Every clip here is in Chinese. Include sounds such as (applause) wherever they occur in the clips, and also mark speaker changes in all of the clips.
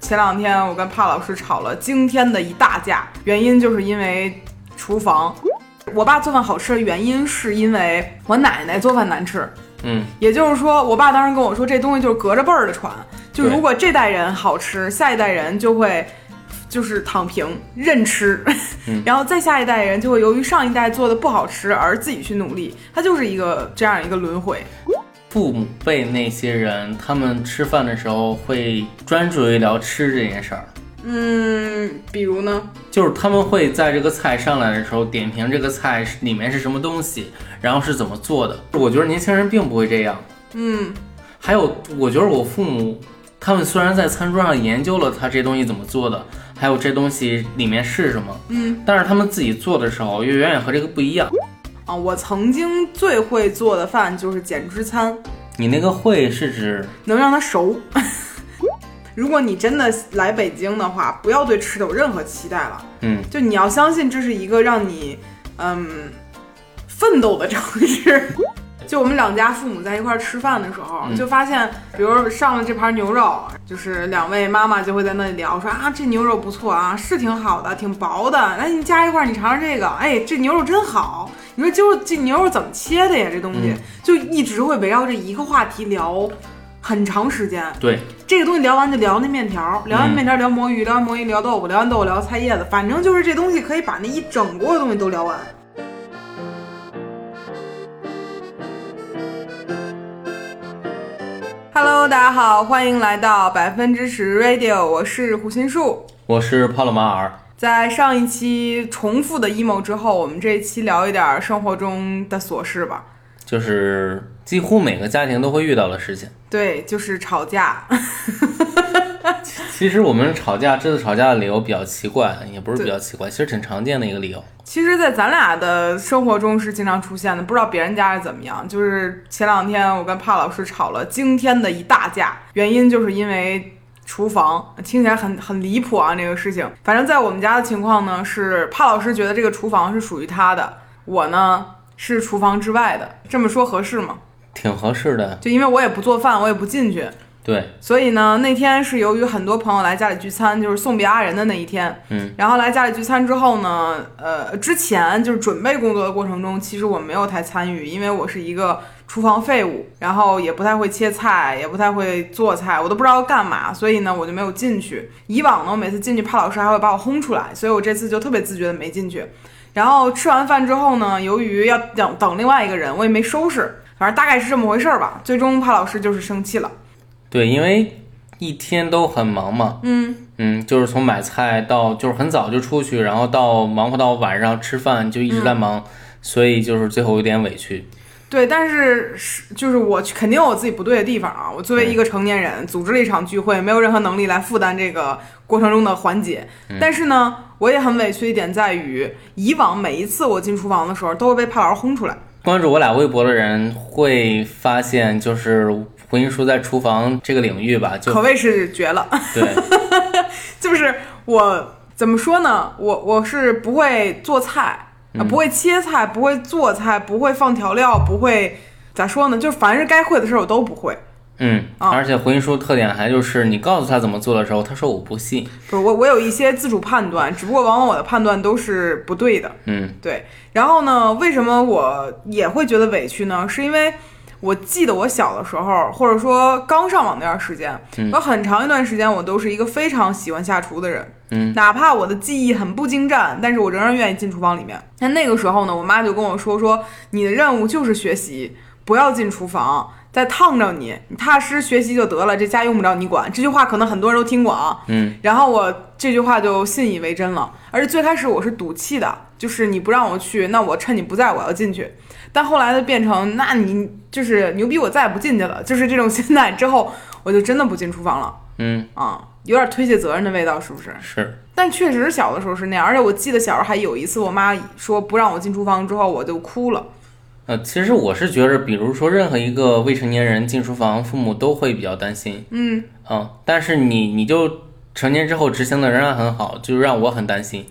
Speaker 1: 前两天我跟帕老师吵了惊天的一大架，原因就是因为厨房。我爸做饭好吃的原因是因为我奶奶做饭难吃，
Speaker 2: 嗯，
Speaker 1: 也就是说，我爸当时跟我说，这东西就是隔着辈儿的传，就
Speaker 2: 对
Speaker 1: 如果这代人好吃，下一代人就会就是躺平任吃， (laughs) 然后再下一代人就会由于上一代做的不好吃而自己去努力，它就是一个这样一个轮回。
Speaker 2: 父母辈那些人，他们吃饭的时候会专注于聊吃这件事儿，
Speaker 1: 嗯，比如呢？
Speaker 2: 就是他们会在这个菜上来的时候点评这个菜是里面是什么东西，然后是怎么做的。我觉得年轻人并不会这样。
Speaker 1: 嗯，
Speaker 2: 还有，我觉得我父母他们虽然在餐桌上研究了他这东西怎么做的，还有这东西里面是什么，
Speaker 1: 嗯，
Speaker 2: 但是他们自己做的时候又远远和这个不一样。
Speaker 1: 啊，我曾经最会做的饭就是减脂餐，
Speaker 2: 你那个会是指
Speaker 1: 能让它熟。 (laughs) 如果你真的来北京的话，不要对吃的有任何期待了。
Speaker 2: 嗯，
Speaker 1: 就你要相信这是一个让你嗯奋斗的城市。 (laughs) 就我们两家父母在一块儿吃饭的时候，
Speaker 2: 嗯
Speaker 1: 就发现，比如上了这盘牛肉，就是两位妈妈就会在那里聊，说啊这牛肉不错啊，是挺好的，挺薄的，哎你加一块儿你尝尝这个，哎这牛肉真好。你说就这牛肉怎么切的呀？这东西、
Speaker 2: 嗯
Speaker 1: 就一直会围绕着一个话题聊很长时间。
Speaker 2: 对，
Speaker 1: 这个东西聊完就聊那面条，聊完面条聊魔芋，聊完魔芋聊豆腐，聊完豆腐聊菜叶子，反正就是这东西可以把那一整锅的东西都聊完。Hello，大家好，欢迎来到百分之十 Radio，我是胡心树。
Speaker 2: 我是帕洛马尔。
Speaker 1: 在上一期重复的 emo 之后，我们这一期聊一点生活中的琐事吧。
Speaker 2: 就是几乎每个家庭都会遇到的事情。
Speaker 1: 对，就是吵架，
Speaker 2: 其实我们吵架，这次吵架的理由比较奇怪，也不是
Speaker 1: 对
Speaker 2: 比较奇怪，其实挺常见的一个理由。
Speaker 1: 其实，在咱俩的生活中是经常出现的，不知道别人家是怎么样。就是前两天我跟帕老师吵了惊天的一大架，原因就是因为厨房，听起来很很离谱啊，这个事情。反正在我们家的情况呢，是帕老师觉得这个厨房是属于他的，我呢是厨房之外的。这么说合适吗？
Speaker 2: 挺合适的，
Speaker 1: 就因为我也不做饭，我也不进去，
Speaker 2: 对，
Speaker 1: 所以呢，那天是由于很多朋友来家里聚餐，就是送别阿仁的那一天。
Speaker 2: 嗯，
Speaker 1: 然后来家里聚餐之后呢，呃，之前就是准备工作的过程中，其实我没有太参与，因为我是一个厨房废物，然后也不太会切菜，也不太会做菜，我都不知道要干嘛，所以呢，我就没有进去。以往呢，我每次进去，怕老师还会把我轰出来，所以我这次就特别自觉的没进去。然后吃完饭之后呢，由于要等等另外一个人，我也没收拾，反正大概是这么回事儿吧。最终怕老师就是生气了。
Speaker 2: 对，因为一天都很忙嘛，
Speaker 1: 嗯
Speaker 2: 嗯，就是从买菜到就是很早就出去，然后到忙活到晚上吃饭，就一直在忙，所以就是最后有点委屈。，
Speaker 1: 对，但是是就是我肯定有我自己不对的地方啊。我作为一个成年人，组织了一场聚会，没有任何能力来负担这个过程中的环节。但是呢，我也很委屈一点在于，以往每一次我进厨房的时候，都会被帕老师轰出来。
Speaker 2: 关注我俩微博的人会发现，就是胡英叔在厨房这个领域吧，就
Speaker 1: (laughs) 可谓是绝了。
Speaker 2: 对，
Speaker 1: 就是我怎么说呢？我我是不会做菜、啊，不会切菜，不会做菜，不会放调料，不会咋说呢？就凡是该会的事儿我都不会。
Speaker 2: 嗯，
Speaker 1: 啊
Speaker 2: 而且回音叔特点还就是你告诉他怎么做的时候，他说我不信。
Speaker 1: 不是我，我有一些自主判断，只不过往往我的判断都是不对的。
Speaker 2: 嗯，
Speaker 1: 对，然后呢，为什么我也会觉得委屈呢？是因为我记得我小的时候，或者说刚上网那段时间，有很长一段时间，我都是一个非常喜欢下厨的人。
Speaker 2: 嗯，
Speaker 1: 哪怕我的记忆很不精湛，但是我仍然愿意进厨房里面。那那个时候呢，我妈就跟我说说，你的任务就是学习，不要进厨房。再烫着你，你踏实学习就得了，这家用不着你管。这句话可能很多人都听过啊，然后我这句话就信以为真了，而且最开始我是赌气的，就是你不让我去，那我趁你不在我要进去。但后来就变成，那你就是牛逼，我再也不进去了，就是这种心态。之后我就真的不进厨房了，
Speaker 2: 嗯，
Speaker 1: 啊、有点推卸责任的味道，是不是？
Speaker 2: 是，
Speaker 1: 但确实小的时候是那样，而且我记得小时候还有一次，我妈说不让我进厨房之后，我就哭了。
Speaker 2: 呃，其实我是觉着，比如说任何一个未成年人进厨房，父母都会比较担心。
Speaker 1: 嗯，
Speaker 2: 嗯，但是你你就成年之后执行的仍然很好，就让我很担心。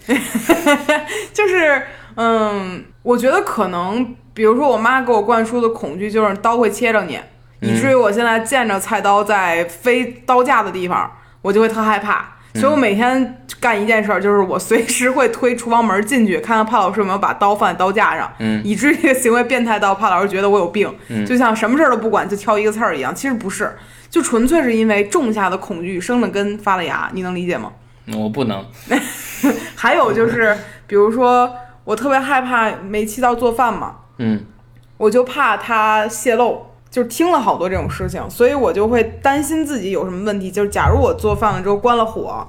Speaker 1: 就是，嗯，我觉得可能，比如说我妈给我灌输的恐惧
Speaker 2: 嗯
Speaker 1: 就是刀会切着你，以至于我现在见着菜刀在飞刀架的地方，我就会特害怕。
Speaker 2: 嗯
Speaker 1: 所以我每天干一件事儿，就是我随时会推厨房门进去，看看帕老师有没有把刀放在刀架上，
Speaker 2: 嗯
Speaker 1: 以至于这个行为变态到帕老师觉得我有病，
Speaker 2: 嗯
Speaker 1: 就像什么事儿都不管就挑一个刺儿一样。其实不是，就纯粹是因为种下的恐惧生了根发了芽，你能理解吗？
Speaker 2: 嗯我不能，
Speaker 1: 还有就是，比如说我特别害怕煤气灶做饭嘛，
Speaker 2: 嗯
Speaker 1: 我就怕它泄露，就是听了好多这种事情，所以我就会担心自己有什么问题。就是假如我做饭了之后关了火，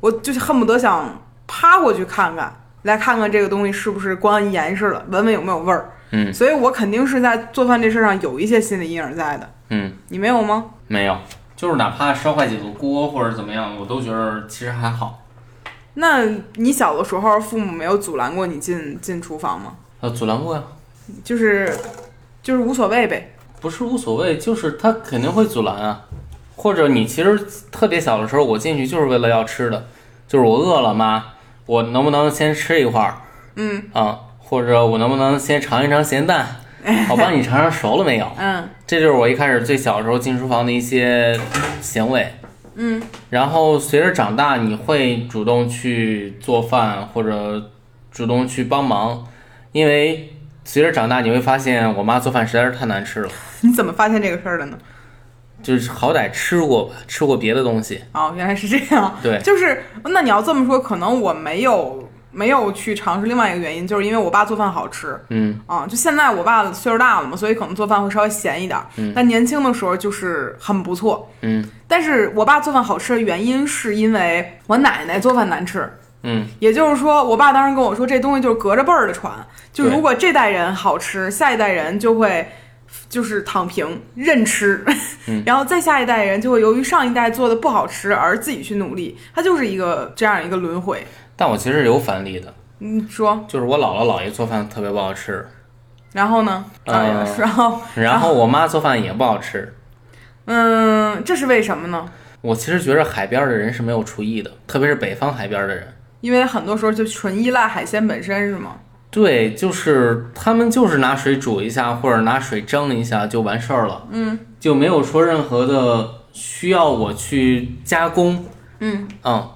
Speaker 1: 我就是恨不得想趴过去看看，来看看这个东西是不是关严实了，闻闻有没有味儿。
Speaker 2: 嗯
Speaker 1: 所以我肯定是在做饭这事上有一些心理阴影在的。
Speaker 2: 嗯，
Speaker 1: 你没有吗？
Speaker 2: 没有，就是哪怕烧坏几个锅或者怎么样，我都觉得其实还好。
Speaker 1: 那你小的时候父母没有阻拦过你进进厨房吗？
Speaker 2: 呃，阻拦过呀，
Speaker 1: 就是就是无所谓呗。
Speaker 2: 不是无所谓，就是他肯定会阻拦啊。或者你其实特别小的时候，我进去就是为了要吃的，就是我饿了妈，我能不能先吃一块儿
Speaker 1: 嗯
Speaker 2: 啊？或者我能不能先尝一尝咸
Speaker 1: (laughs)
Speaker 2: 蛋？我帮你尝尝熟了没有？
Speaker 1: 嗯
Speaker 2: 这就是我一开始最小的时候进厨房的一些行为。
Speaker 1: 嗯，
Speaker 2: 然后随着长大，你会主动去做饭或者主动去帮忙，因为随着长大你会发现我妈做饭实在是太难吃了，
Speaker 1: (laughs) 你怎么发现这个事儿的呢？
Speaker 2: 就是好歹吃过吧，吃过别的东西。
Speaker 1: 哦，原来是这样。
Speaker 2: 对
Speaker 1: 就是那你要这么说，可能我没有没有去尝试另外一个原因，就是因为我爸做饭好吃。
Speaker 2: 嗯
Speaker 1: 啊、就现在我爸岁数大了嘛，所以可能做饭会稍微咸一点儿。但年轻的时候就是很不错。
Speaker 2: 嗯
Speaker 1: 但是我爸做饭好吃的原因，是因为我奶奶做饭难吃。
Speaker 2: 嗯，
Speaker 1: 也就是说，我爸当时跟我说，这东西就是隔着辈儿的传，就
Speaker 2: 对
Speaker 1: 如果这代人好吃，下一代人就会就是躺平认吃，
Speaker 2: 嗯
Speaker 1: (laughs) 然后再下一代人就会由于上一代做的不好吃而自己去努力，它就是一个这样一个轮回。
Speaker 2: 但我其实有反例的，
Speaker 1: 你说，
Speaker 2: 就是我姥姥姥爷做饭特别不好吃，
Speaker 1: 然后呢？
Speaker 2: 呃
Speaker 1: 然后，
Speaker 2: 然后我妈做饭也不好吃。
Speaker 1: 嗯，这是为什么呢？
Speaker 2: 我其实觉得海边的人是没有厨艺的，特别是北方海边的人。
Speaker 1: 因为很多时候就纯依赖海鲜本身，是吗？
Speaker 2: 对，就是他们就是拿水煮一下或者拿水蒸一下就完事儿了，嗯，就没有说任何的需要我去加工，
Speaker 1: 嗯
Speaker 2: 嗯，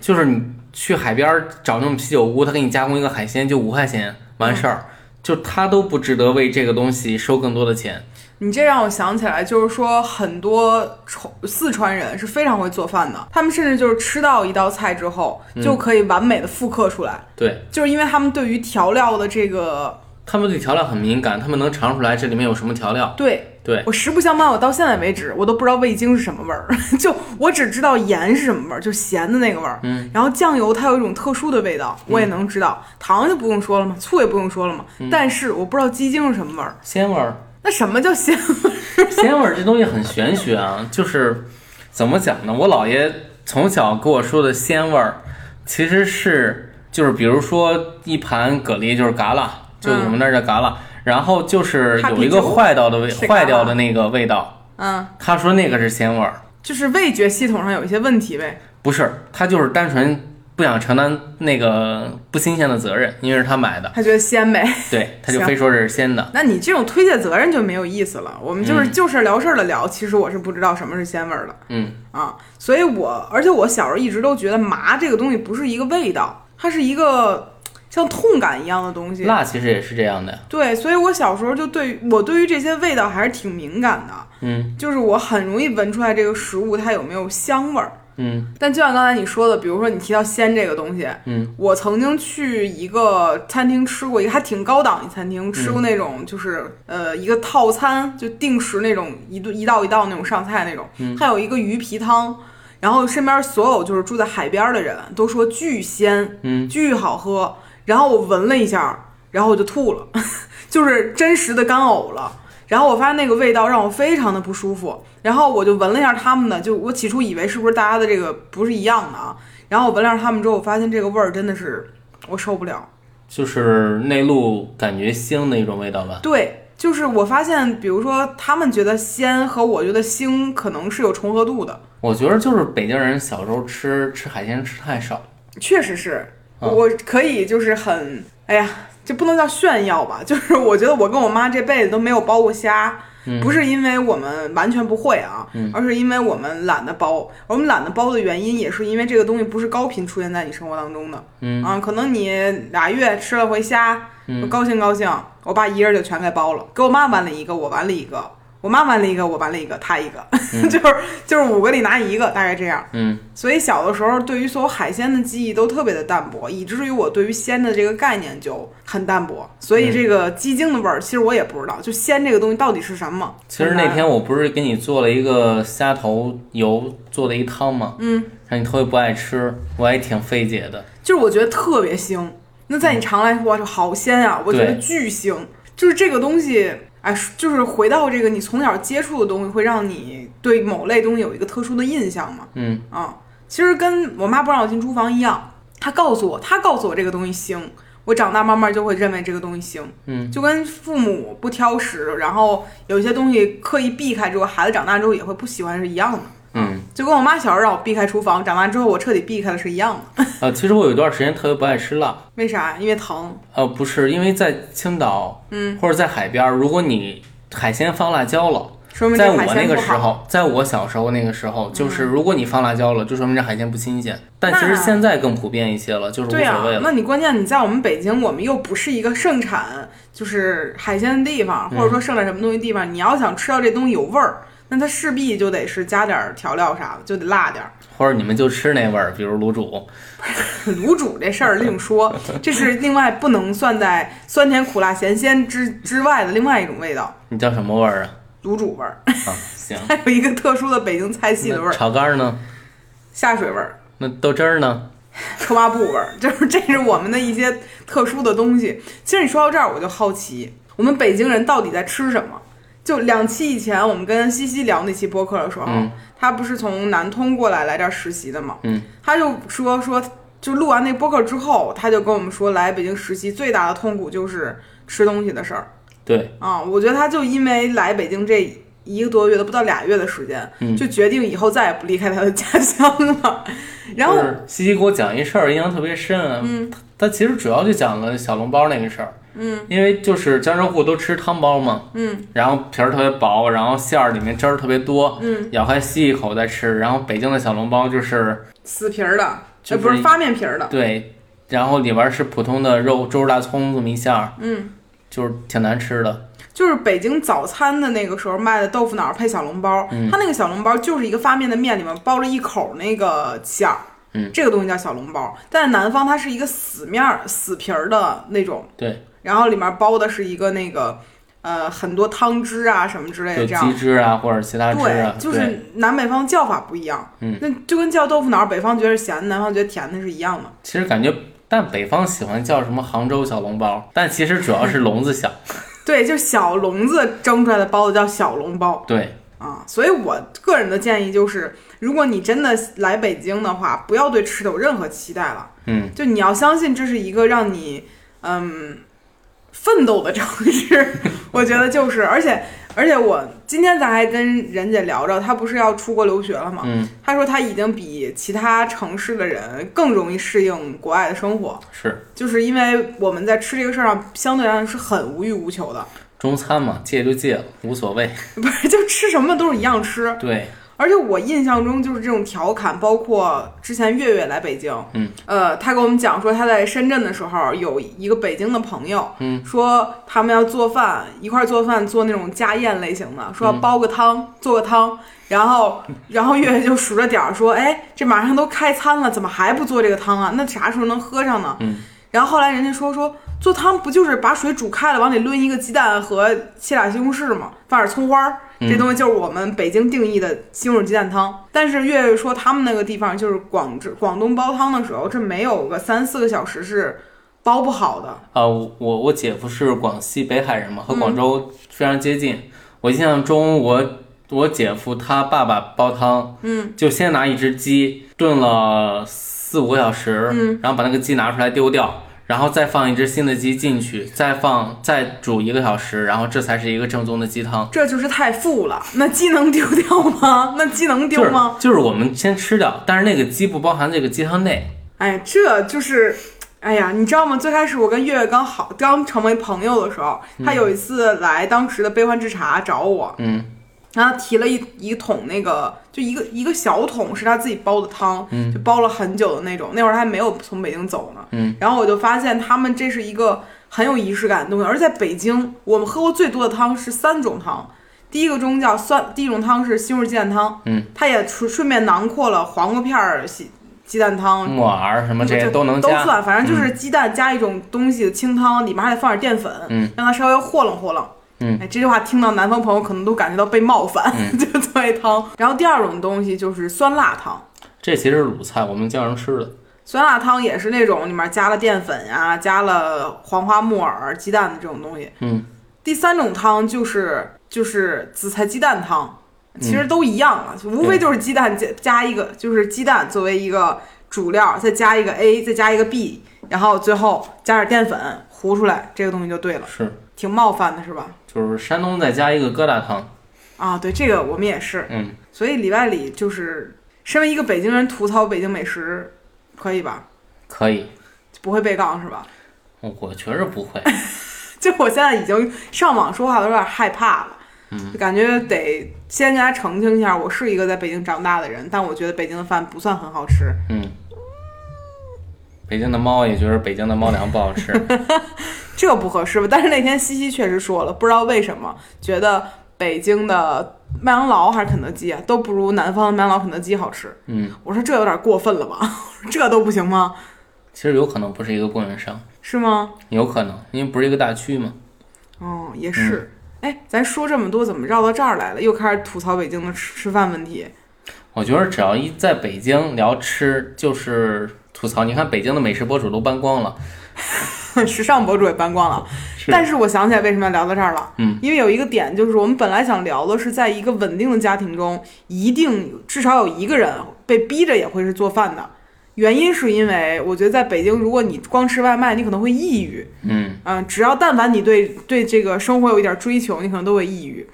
Speaker 2: 就是你去海边儿找那种啤酒屋，他给你加工一个海鲜就五块钱完事儿，就他都不值得为这个东西收更多的钱，
Speaker 1: 你这让我想起来，就是说很多重四川人是非常会做饭的，他们甚至就是吃到一道菜之后，就可以完美的复刻出来，
Speaker 2: 对
Speaker 1: 就是因为他们对于调料的这个
Speaker 2: 他们对调料很敏感，他们能尝出来这里面有什么调料，
Speaker 1: 对。
Speaker 2: 对，
Speaker 1: 我实不相瞒，我到现在为止，我都不知道味精是什么味儿， (laughs) 就我只知道盐是什么味儿，就是咸的那个味儿。
Speaker 2: 嗯，
Speaker 1: 然后酱油它有一种特殊的味道，我也能知道。糖就不用说了嘛，醋也不用说了嘛。但是我不知道鸡精是什么味儿。
Speaker 2: 鲜味儿。
Speaker 1: 那什么叫
Speaker 2: (laughs)
Speaker 1: 咸味儿？
Speaker 2: 鲜味儿这东西很玄学啊，就是怎么讲呢？我姥爷从小跟我说的鲜味儿，其实是就是比如说一盘蛤蜊就是嘎啦，就我们那儿叫嘎啦，然后就是有一个坏掉的味，
Speaker 1: 是嘎啦
Speaker 2: 坏掉的那个味道，
Speaker 1: 嗯，
Speaker 2: 他说那个是鲜味儿，
Speaker 1: 就是味觉系统上有一些问题呗。
Speaker 2: 不是，他就是单纯不想承担那个不新鲜的责任，因为是他买的，
Speaker 1: 他觉得鲜呗。 (laughs)
Speaker 2: 对，他就
Speaker 1: 行
Speaker 2: 非说这是鲜的，
Speaker 1: 那你这种推卸责任就没有意思了。我们就是就事儿聊事儿的聊，其实我是不知道什么是鲜味儿的
Speaker 2: 嗯，
Speaker 1: 啊。所以我，而且我小时候一直都觉得麻这个东西不是一个味道，它是一个像痛感一样的东西。
Speaker 2: 辣其实也是这样的，
Speaker 1: 对，所以我小时候就对于我对于这些味道还是挺敏感的，
Speaker 2: 嗯
Speaker 1: 就是我很容易闻出来这个食物它有没有香味儿。
Speaker 2: 嗯
Speaker 1: 但就像刚才你说的，比如说你提到鲜这个东西，
Speaker 2: 嗯，
Speaker 1: 我曾经去一个餐厅吃过一个还挺高档一餐厅，吃过那种就是、呃一个套餐，就定时那种一顿一道一道那种上菜那种，
Speaker 2: 嗯
Speaker 1: 还有一个鱼皮汤。然后身边所有就是住在海边的人都说巨鲜，
Speaker 2: 嗯，
Speaker 1: 巨好喝。然后我闻了一下，然后我就吐了， (laughs) 就是真实的干呕了。然后我发现那个味道让我非常的不舒服，然后我就闻了一下他们的，就我起初以为是不是大家的这个不是一样的啊，然后我闻了一下他们之后，我发现这个味儿真的是我受不了。
Speaker 2: 就是内陆感觉腥的一种味道吧，
Speaker 1: 对，就是我发现，比如说他们觉得鲜和我觉得腥可能是有重合度的，
Speaker 2: 我觉得就是北京人小时候吃吃海鲜吃太少了，
Speaker 1: 确实是，
Speaker 2: 嗯
Speaker 1: 我可以就是很，哎呀，这不能叫炫耀吧，就是我觉得我跟我妈这辈子都没有剥过虾，不是因为我们完全不会啊，而是因为我们懒得包。我们懒得包的原因，也是因为这个东西不是高频出现在你生活当中的。
Speaker 2: 嗯
Speaker 1: 啊，可能你俩月吃了回虾，
Speaker 2: 嗯
Speaker 1: 我高兴高兴，我爸一人就全给包了，给我妈完了一个，我完了一个，我妈完了一个，我完了一个，他一个， (laughs) 就是就是五个里拿一个，大概这样。
Speaker 2: 嗯
Speaker 1: 所以小的时候对于所有海鲜的记忆都特别的淡薄，以至于我对于鲜的这个概念就很淡薄。所
Speaker 2: 嗯
Speaker 1: 以这个鸡精的味儿，其实我也不知道，就鲜这个东西到底是什么。
Speaker 2: 其实那天我不是给你做了一个虾头油做的一汤吗？嗯，但你头也不爱吃，我还挺费解的。
Speaker 1: 就是我觉得特别腥，那
Speaker 2: 嗯
Speaker 1: 在你尝来，哇，这好鲜啊！我觉得巨腥，就是这个东西。哎，就是回到这个你从小接触的东西，会让你对某类东西有一个特殊的印象嘛？
Speaker 2: 嗯
Speaker 1: 啊，其实跟我妈不让我进厨房一样，她告诉我，她告诉我这个东西腥，我长大慢慢就会认为这个东西腥。
Speaker 2: 嗯，
Speaker 1: 就跟父母不挑食，然后有些东西刻意避开之后，孩子长大之后也会不喜欢是一样的。
Speaker 2: 嗯，
Speaker 1: 就跟我妈小时候让我避开厨房，长大之后我彻底避开了是一样的。
Speaker 2: 呃，其实我有一段时间特别不爱吃辣。
Speaker 1: 为啥？因为疼。
Speaker 2: 呃，不是，因为在青岛，嗯，或者在海边儿，如果你海鲜放辣椒了，
Speaker 1: 说明
Speaker 2: 在
Speaker 1: 这海
Speaker 2: 我那
Speaker 1: 鲜
Speaker 2: 个
Speaker 1: 不
Speaker 2: 时
Speaker 1: 好。嗯
Speaker 2: 候，在我小时候那个时候，就是如果你放辣椒了，就说明这海鲜不新鲜。但其实
Speaker 1: 那
Speaker 2: 现在更普遍一些了，就是无所
Speaker 1: 对啊
Speaker 2: 谓，了。
Speaker 1: 那你关键你在我们北京，我们又不是一个盛产就是海鲜的地
Speaker 2: 嗯
Speaker 1: 方，或者说盛产什么东西地方，你要想吃到这东西有味儿，那它势必就得是加点儿调料啥的，就得辣点儿。 (laughs)
Speaker 2: 或者你们就吃那味儿，比如卤煮。
Speaker 1: 卤煮这事儿另
Speaker 2: (laughs)
Speaker 1: 说，这是另外不能算在酸甜苦辣咸鲜之之外的另外一种味道，
Speaker 2: 你叫什么
Speaker 1: (laughs)
Speaker 2: 味儿啊？
Speaker 1: 卤煮味儿，
Speaker 2: 啊，行。
Speaker 1: 还有一个特殊的北京菜系的味
Speaker 2: (laughs) 那
Speaker 1: 儿，
Speaker 2: 炒肝儿呢？
Speaker 1: 下水味儿、
Speaker 2: 那豆汁儿呢？
Speaker 1: 车麻布味儿，就是这是我们的一些特殊的东西。其实你说到这儿，我就好奇，我们北京人到底在吃什么？就两期以前，我们跟西西聊那期播客的时候，
Speaker 2: 嗯
Speaker 1: 他不是从南通过来来这儿实习的吗？
Speaker 2: 嗯，
Speaker 1: 他就说说，就录完那播客之后，他就跟我们说，来北京实习最大的痛苦就是吃东西的事儿
Speaker 2: 对，
Speaker 1: 啊。我觉得他就因为来北京这一个多月的不到俩月的时间，
Speaker 2: 嗯
Speaker 1: 就决定以后再也不离开他的家乡了。 (laughs) 然后
Speaker 2: 就是西西给我讲一事儿，印象特别深啊。嗯，他其实主要就讲了小笼包那个事儿。嗯，因为就是江浙沪都吃汤包嘛。嗯，然后皮儿特别薄，然后馅儿里面汁儿特别多。嗯，咬开吸一口再吃。然后北京的小笼包就是
Speaker 1: 死皮儿的，
Speaker 2: 就
Speaker 1: 这
Speaker 2: 是
Speaker 1: 不是发面皮儿的，
Speaker 2: 对，然后里边儿是普通的肉、猪肉、大葱这么一馅儿。嗯，就是挺难吃的。
Speaker 1: 就是北京早餐的那个时候卖的豆腐脑配小笼包，
Speaker 2: 嗯
Speaker 1: 它那个小笼包就是一个发面的面，里面包了一口那个馅儿。
Speaker 2: 嗯
Speaker 1: 这个东西叫小笼包，但是南方它是一个死面儿、死皮儿的那种，
Speaker 2: 对，
Speaker 1: 然后里面包的是一个那个，呃，很多汤汁啊什么之类
Speaker 2: 有
Speaker 1: 的，这样
Speaker 2: 鸡汁啊，或者其他汁啊
Speaker 1: 对，，就
Speaker 2: 对，
Speaker 1: 是南北方叫法不一样，
Speaker 2: 嗯，
Speaker 1: 那就跟叫豆腐脑，北方觉得咸的，南方觉得甜的是一样的。
Speaker 2: 其实感觉。但北方喜欢叫什么杭州小笼包，但其实主要是笼子 (laughs) 小。
Speaker 1: 对，就是小笼子蒸出来的包子叫小笼包，
Speaker 2: 对，
Speaker 1: 啊，所以我个人的建议就是，如果你真的来北京的话，不要对吃的有任何期待了，
Speaker 2: 嗯，
Speaker 1: 就你要相信这是一个让你嗯奋斗的城市， (laughs) 我觉得就是，而且而且我今天咱还跟任姐聊着，她不是要出国留学了吗？
Speaker 2: 嗯，
Speaker 1: 她说她已经比其他城市的人更容易适应国外的生活，
Speaker 2: 是。
Speaker 1: 就是因为我们在吃这个事儿上相对来说是很无欲无求的，
Speaker 2: 中餐嘛，戒就戒了，无所 (laughs) 谓。
Speaker 1: 不是就吃什么都是一样吃，
Speaker 2: 对，
Speaker 1: 而且我印象中就是这种调侃，包括之前月月来北京，
Speaker 2: 嗯，
Speaker 1: 呃，她给我们讲说她在深圳的时候有一个北京的朋友，
Speaker 2: 嗯，
Speaker 1: 说他们要做饭，一块儿做饭做那种家宴类型的，
Speaker 2: 嗯
Speaker 1: 说要煲个汤，做个汤，然后
Speaker 2: (laughs)
Speaker 1: 然后月月就数着点儿说，哎，这马上都开餐了，怎么还不做这个汤啊？那啥时候能喝上呢？
Speaker 2: 嗯，
Speaker 1: 然后后来人家说说做汤不就是把水煮开了，往里抡一个鸡蛋和切俩西红柿吗？放点葱花儿，
Speaker 2: 嗯
Speaker 1: 这东西就是我们北京定义的西红柿鸡蛋汤。但是月月说他们那个地方就是广制广东煲汤的时候，这没有个三四个小时是煲不好的。
Speaker 2: 啊，我我我姐夫是广西北海人嘛，和广州非常接近。我印象中我，我姐夫他爸爸煲汤，嗯，就先拿一只鸡炖了四五个小时，嗯，然后把那个鸡拿出来丢掉，然后再放一只新的鸡进去，再放再煮一个小时，然后这才是一个正宗的鸡汤。
Speaker 1: 这就是太富了，那鸡能丢掉吗？那鸡能丢
Speaker 2: 就是
Speaker 1: 吗？
Speaker 2: 就是我们先吃掉，但是那个鸡不包含这个鸡汤内。
Speaker 1: 哎，这就是，哎呀，你知道吗？最开始我跟月月刚好刚成为朋友的时候，他有一次来当时的悲欢之茶找我，
Speaker 2: 嗯，
Speaker 1: 然后提了一一桶那个，就一个一个小桶是他自己煲的汤，
Speaker 2: 嗯
Speaker 1: 就煲了很久的那种。那会儿他还没有从北京走呢，
Speaker 2: 嗯，
Speaker 1: 然后我就发现他们这是一个很有仪式感的东西，而在北京，我们喝过最多的汤是三种汤。第一个中叫酸，第一种汤是西红柿鸡蛋汤，
Speaker 2: 嗯，
Speaker 1: 它也顺顺便囊括了黄瓜片儿、鸡鸡蛋汤、
Speaker 2: 木耳什么这些
Speaker 1: 就
Speaker 2: 都能
Speaker 1: 嗯都
Speaker 2: 加，
Speaker 1: 算，反正就是鸡蛋加一种东西的清汤，里面还得放点淀粉，
Speaker 2: 嗯，
Speaker 1: 让它稍微和弄和弄。
Speaker 2: 嗯
Speaker 1: 哎，这句话听到南方朋友可能都感觉到被冒犯，(laughs)
Speaker 2: 嗯
Speaker 1: 就作为汤。然后第二种东西就是酸辣汤，
Speaker 2: 这其实是鲁菜，我们经常吃的。
Speaker 1: 酸辣汤也是那种里面加了淀粉呀、加了黄花木耳、鸡蛋的这种东西。
Speaker 2: 嗯，
Speaker 1: 第三种汤就是就是紫菜鸡蛋汤，其
Speaker 2: 嗯
Speaker 1: 实都一样了，就无非就是鸡蛋加加一个，就是鸡蛋作为一个主料，再加一个 A，再加一个 B，然后最后加点淀粉糊出来，这个东西就对了，
Speaker 2: 是，
Speaker 1: 挺冒犯的是吧？
Speaker 2: 就是山东再加一个疙瘩汤。
Speaker 1: 啊，对，这个我们也是，
Speaker 2: 嗯，
Speaker 1: 所以里外里就是身为一个北京人吐槽北京美食，可以吧？
Speaker 2: 可以，
Speaker 1: 不会被杠是吧？
Speaker 2: 我觉着
Speaker 1: (laughs)
Speaker 2: 不会。
Speaker 1: 就我现在已经上网说话都有点害怕了，就感觉得先跟大家澄清一下，我是一个在北京长大的人，但我觉得北京的饭不算很好吃。
Speaker 2: 嗯，北京的猫也觉得北京的猫粮不好
Speaker 1: (laughs)
Speaker 2: 吃。
Speaker 1: 这不合适吧？但是那天西西确实说了，不知道为什么觉得北京的麦当劳还是肯德基啊，都不如南方的麦当劳、肯德基好吃。
Speaker 2: 嗯，
Speaker 1: 我说这有点过分了吧？ (laughs) 这都不行吗？
Speaker 2: 其实有可能不是一个供应商，
Speaker 1: 是吗？
Speaker 2: 有可能因为不是一个大区嘛。
Speaker 1: 哦，也是。哎，咱说这么多，怎么绕到这儿来了？又开始吐槽北京的吃吃饭问题。 (laughs)
Speaker 2: 我觉得只要一在北京聊吃，就是吐槽。你看北京的美食博主都搬光了，
Speaker 1: 时尚博主也搬光了。啊
Speaker 2: 是
Speaker 1: 但是我想起来为什么要聊到这儿了，
Speaker 2: 嗯，
Speaker 1: 因为有一个点就是我们本来想聊的是，在一个稳定的家庭中，一定至少有一个人被逼着也会是做饭的。原因是因为我觉得在北京，如果你光吃外卖，你可能会抑郁。
Speaker 2: 嗯
Speaker 1: 嗯、只要但凡你对对这个生活有一点追求，你可能都会抑郁。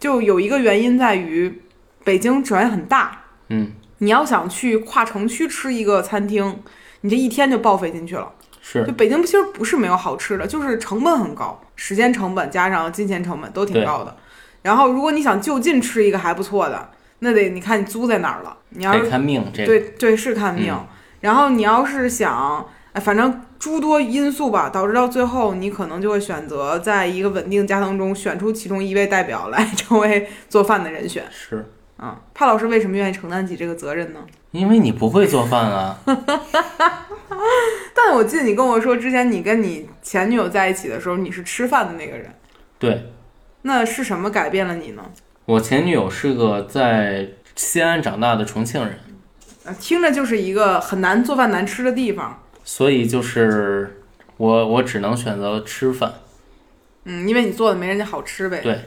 Speaker 1: 就有一个原因在于，北京首先很大，
Speaker 2: 嗯，
Speaker 1: 你要想去跨城区吃一个餐厅，你这一天就报废进去了。
Speaker 2: 是
Speaker 1: 就北京其实不是没有好吃的，就是成本很高，时间成本加上金钱成本都挺
Speaker 2: 对
Speaker 1: 高的。然后如果你想就近吃一个还不错的，那得你看你租在哪儿了。你要
Speaker 2: 得
Speaker 1: 是
Speaker 2: 看命这个。
Speaker 1: 对对是看命，然后你要是想，哎，反正诸多因素吧，导致到最后你可能就会选择在一个稳定家庭中选出其中一位代表来 (laughs) 成为做饭的人选。
Speaker 2: 是
Speaker 1: 嗯，帕老师为什么愿意承担起这个责任呢？ (laughs)
Speaker 2: 因为你不会做饭啊。
Speaker 1: 但我记得你跟我说，之前你跟你前女友在一起的时候，你是吃饭的那个人。
Speaker 2: 对，
Speaker 1: 那是什么改变了你呢？
Speaker 2: 我前女友是个在西安长大的重庆人，
Speaker 1: 啊，听着就是一个很难做饭难吃的地方。
Speaker 2: 所以就是我我只能选择吃饭。
Speaker 1: 嗯，因为你做的没人家好吃呗。
Speaker 2: 对。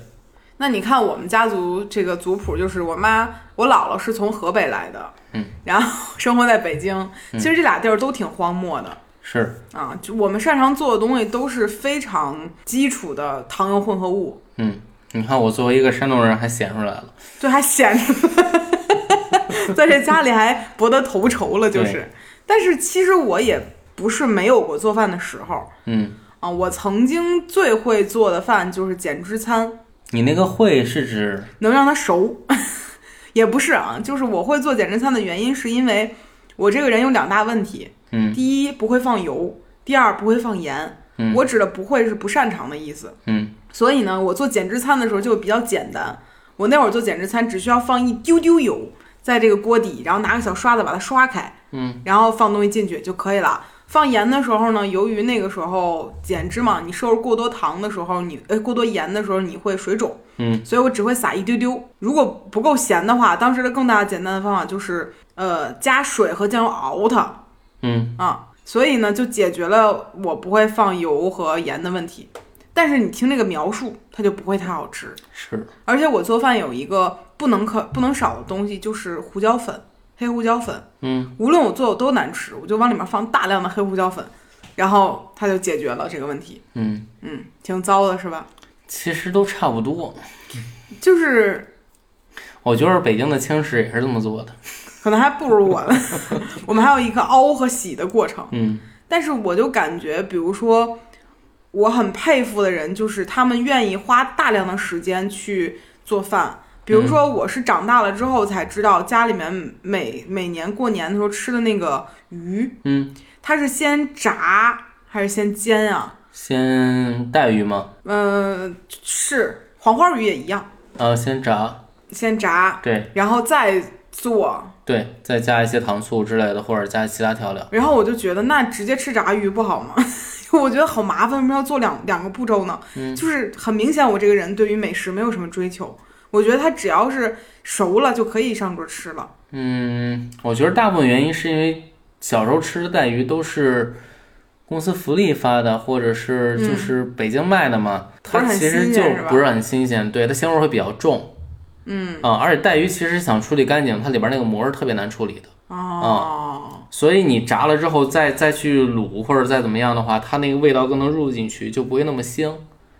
Speaker 1: 那你看我们家族这个族谱，就是我妈、我姥姥是从河北来的，
Speaker 2: 嗯，
Speaker 1: 然后生活在北京。其实这俩地儿都挺荒漠的、
Speaker 2: 是，
Speaker 1: 啊，就我们擅长做的东西都是非常基础的糖油混合物，
Speaker 2: 嗯，你看我作为一个山东人还显出来了，
Speaker 1: 这还显得 (laughs) 在这家里还博得头筹了，就是。但是其实我也不是没有过做饭的时候，
Speaker 2: 嗯，
Speaker 1: 啊，我曾经最会做的饭就是减脂餐，
Speaker 2: 你那个会是指，
Speaker 1: 能让它熟， (laughs) 也不是啊，就是我会做减脂餐的原因是因为我这个人有两大问题，
Speaker 2: 嗯
Speaker 1: 第一不会放油，第二不会放盐。
Speaker 2: 嗯
Speaker 1: 我指的不会是不擅长的意思，
Speaker 2: 嗯
Speaker 1: 所以呢，我做减脂餐的时候就比较简单。我那会儿做减脂餐只需要放一丢丢油在这个锅底，然后拿个小刷子把它刷开，
Speaker 2: 嗯，
Speaker 1: 然后放东西进去就可以了。放盐的时候呢，由于那个时候减脂嘛，你摄入过多糖的时候，你呃过多盐的时候，你会水肿。
Speaker 2: 嗯，
Speaker 1: 所以我只会撒一丢丢。如果不够咸的话，当时的更大的简单的方法就是呃加水和酱油熬它
Speaker 2: 嗯，
Speaker 1: 啊。所以呢，就解决了我不会放油和盐的问题。但是你听这个描述，它就不会太好吃。
Speaker 2: 是，
Speaker 1: 而且我做饭有一个不能可不能少的东西，就是胡椒粉，黑胡椒粉。
Speaker 2: 嗯，
Speaker 1: 无论我做有多难吃，我就往里面放大量的黑胡椒粉，然后它就解决了这个问题。
Speaker 2: 嗯，
Speaker 1: 嗯，挺糟的是吧？
Speaker 2: 其实都差不多。
Speaker 1: 就是
Speaker 2: 我觉得北京的轻食也是这么做的， (laughs)
Speaker 1: 可能还不如我们，我们还有一个熬和洗的过程。
Speaker 2: 嗯
Speaker 1: 但是我就感觉，比如说，我很佩服的人，就是他们愿意花大量的时间去做饭。比如
Speaker 2: 嗯
Speaker 1: 说，我是长大了之后才知道，家里面每每年过年的时候吃的那个鱼，
Speaker 2: 嗯，
Speaker 1: 它是先炸还是先煎啊？
Speaker 2: 先带鱼吗？
Speaker 1: 嗯、是黄花鱼也一样，
Speaker 2: 啊，先炸，
Speaker 1: 先炸，
Speaker 2: 对
Speaker 1: 然后再做。
Speaker 2: 对，再加一些糖醋之类的，或者加其他调料。
Speaker 1: 然后我就觉得，那直接吃炸鱼不好吗？ (laughs) 我觉得好麻烦，为什么要做两两个步骤呢？
Speaker 2: 嗯
Speaker 1: 就是很明显，我这个人对于美食没有什么追求。我觉得它只要是熟了就可以上桌吃了。
Speaker 2: 嗯，我觉得大部分原因是因为小时候吃的带鱼都是公司福利发的，或者是就是北京卖的嘛，
Speaker 1: 嗯不
Speaker 2: 它
Speaker 1: 是很
Speaker 2: 其实
Speaker 1: 新
Speaker 2: 就
Speaker 1: 鲜是吧
Speaker 2: 不是很新鲜，对，它腥味会比较重。嗯啊，而且带鱼其实想处理干净，它里边那个膜是特别难处理的。
Speaker 1: 哦，
Speaker 2: 所以你炸了之后再再去卤或者再怎么样的话，它那个味道更能入进去，就不会那么腥。